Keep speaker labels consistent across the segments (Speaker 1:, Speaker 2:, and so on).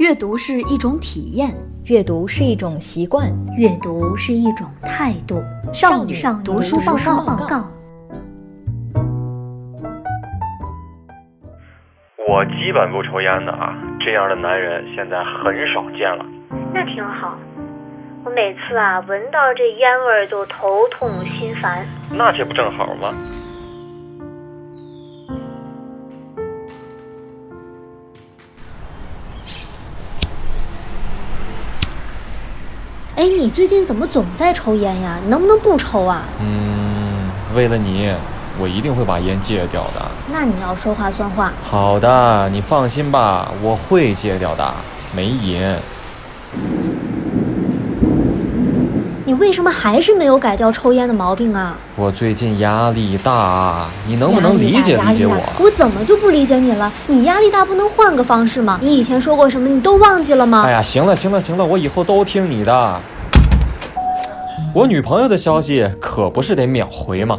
Speaker 1: 阅读是一种体验，
Speaker 2: 阅读是一种习惯。
Speaker 3: 阅读是一种态度。
Speaker 1: 少女读书报告
Speaker 3: 报告。
Speaker 4: 我基本不抽烟的啊，这样的男人现在很少见了。
Speaker 5: 那挺好。我每次啊闻到这烟味儿就头痛心烦。
Speaker 4: 那这不正好吗？
Speaker 5: 哎，你最近怎么总在抽烟呀？你能不能不抽啊？
Speaker 4: 嗯，为了你，我一定会把烟戒掉的。
Speaker 5: 那你要说话算话。
Speaker 4: 好的，你放心吧，我会戒掉的，没瘾。
Speaker 5: 你为什么还是没有改掉抽烟的毛病啊？
Speaker 4: 我最近压力大，你能不能
Speaker 5: 压力
Speaker 4: 理
Speaker 5: 大
Speaker 4: 解
Speaker 5: 压
Speaker 4: 理
Speaker 5: 力
Speaker 4: 解
Speaker 5: 大
Speaker 4: 我？
Speaker 5: 我怎么就不理解你了？你压力大不能换个方式吗？你以前说过什么，你都忘记了吗？
Speaker 4: 哎呀，行了行了行了，我以后都听你的。我女朋友的消息可不是得秒回吗？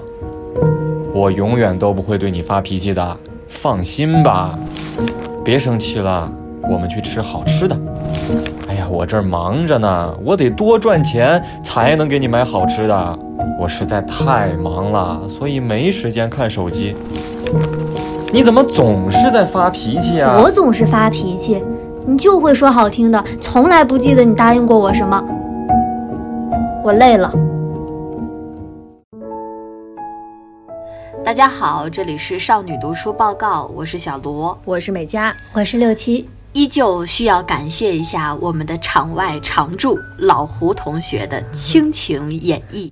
Speaker 4: 我永远都不会对你发脾气的，放心吧。别生气了，我们去吃好吃的。哎呀，我这儿忙着呢，我得多赚钱才能给你买好吃的。我实在太忙了，所以没时间看手机。你怎么总是在发脾气啊？
Speaker 5: 我总是发脾气，你就会说好听的，从来不记得你答应过我什么。我累了，
Speaker 1: 大家好，这里是少女读书报告，我是小罗。
Speaker 2: 我是美嘉，
Speaker 5: 我是六七，
Speaker 1: 依旧需要感谢一下我们的场外常驻老胡同学的倾情演绎。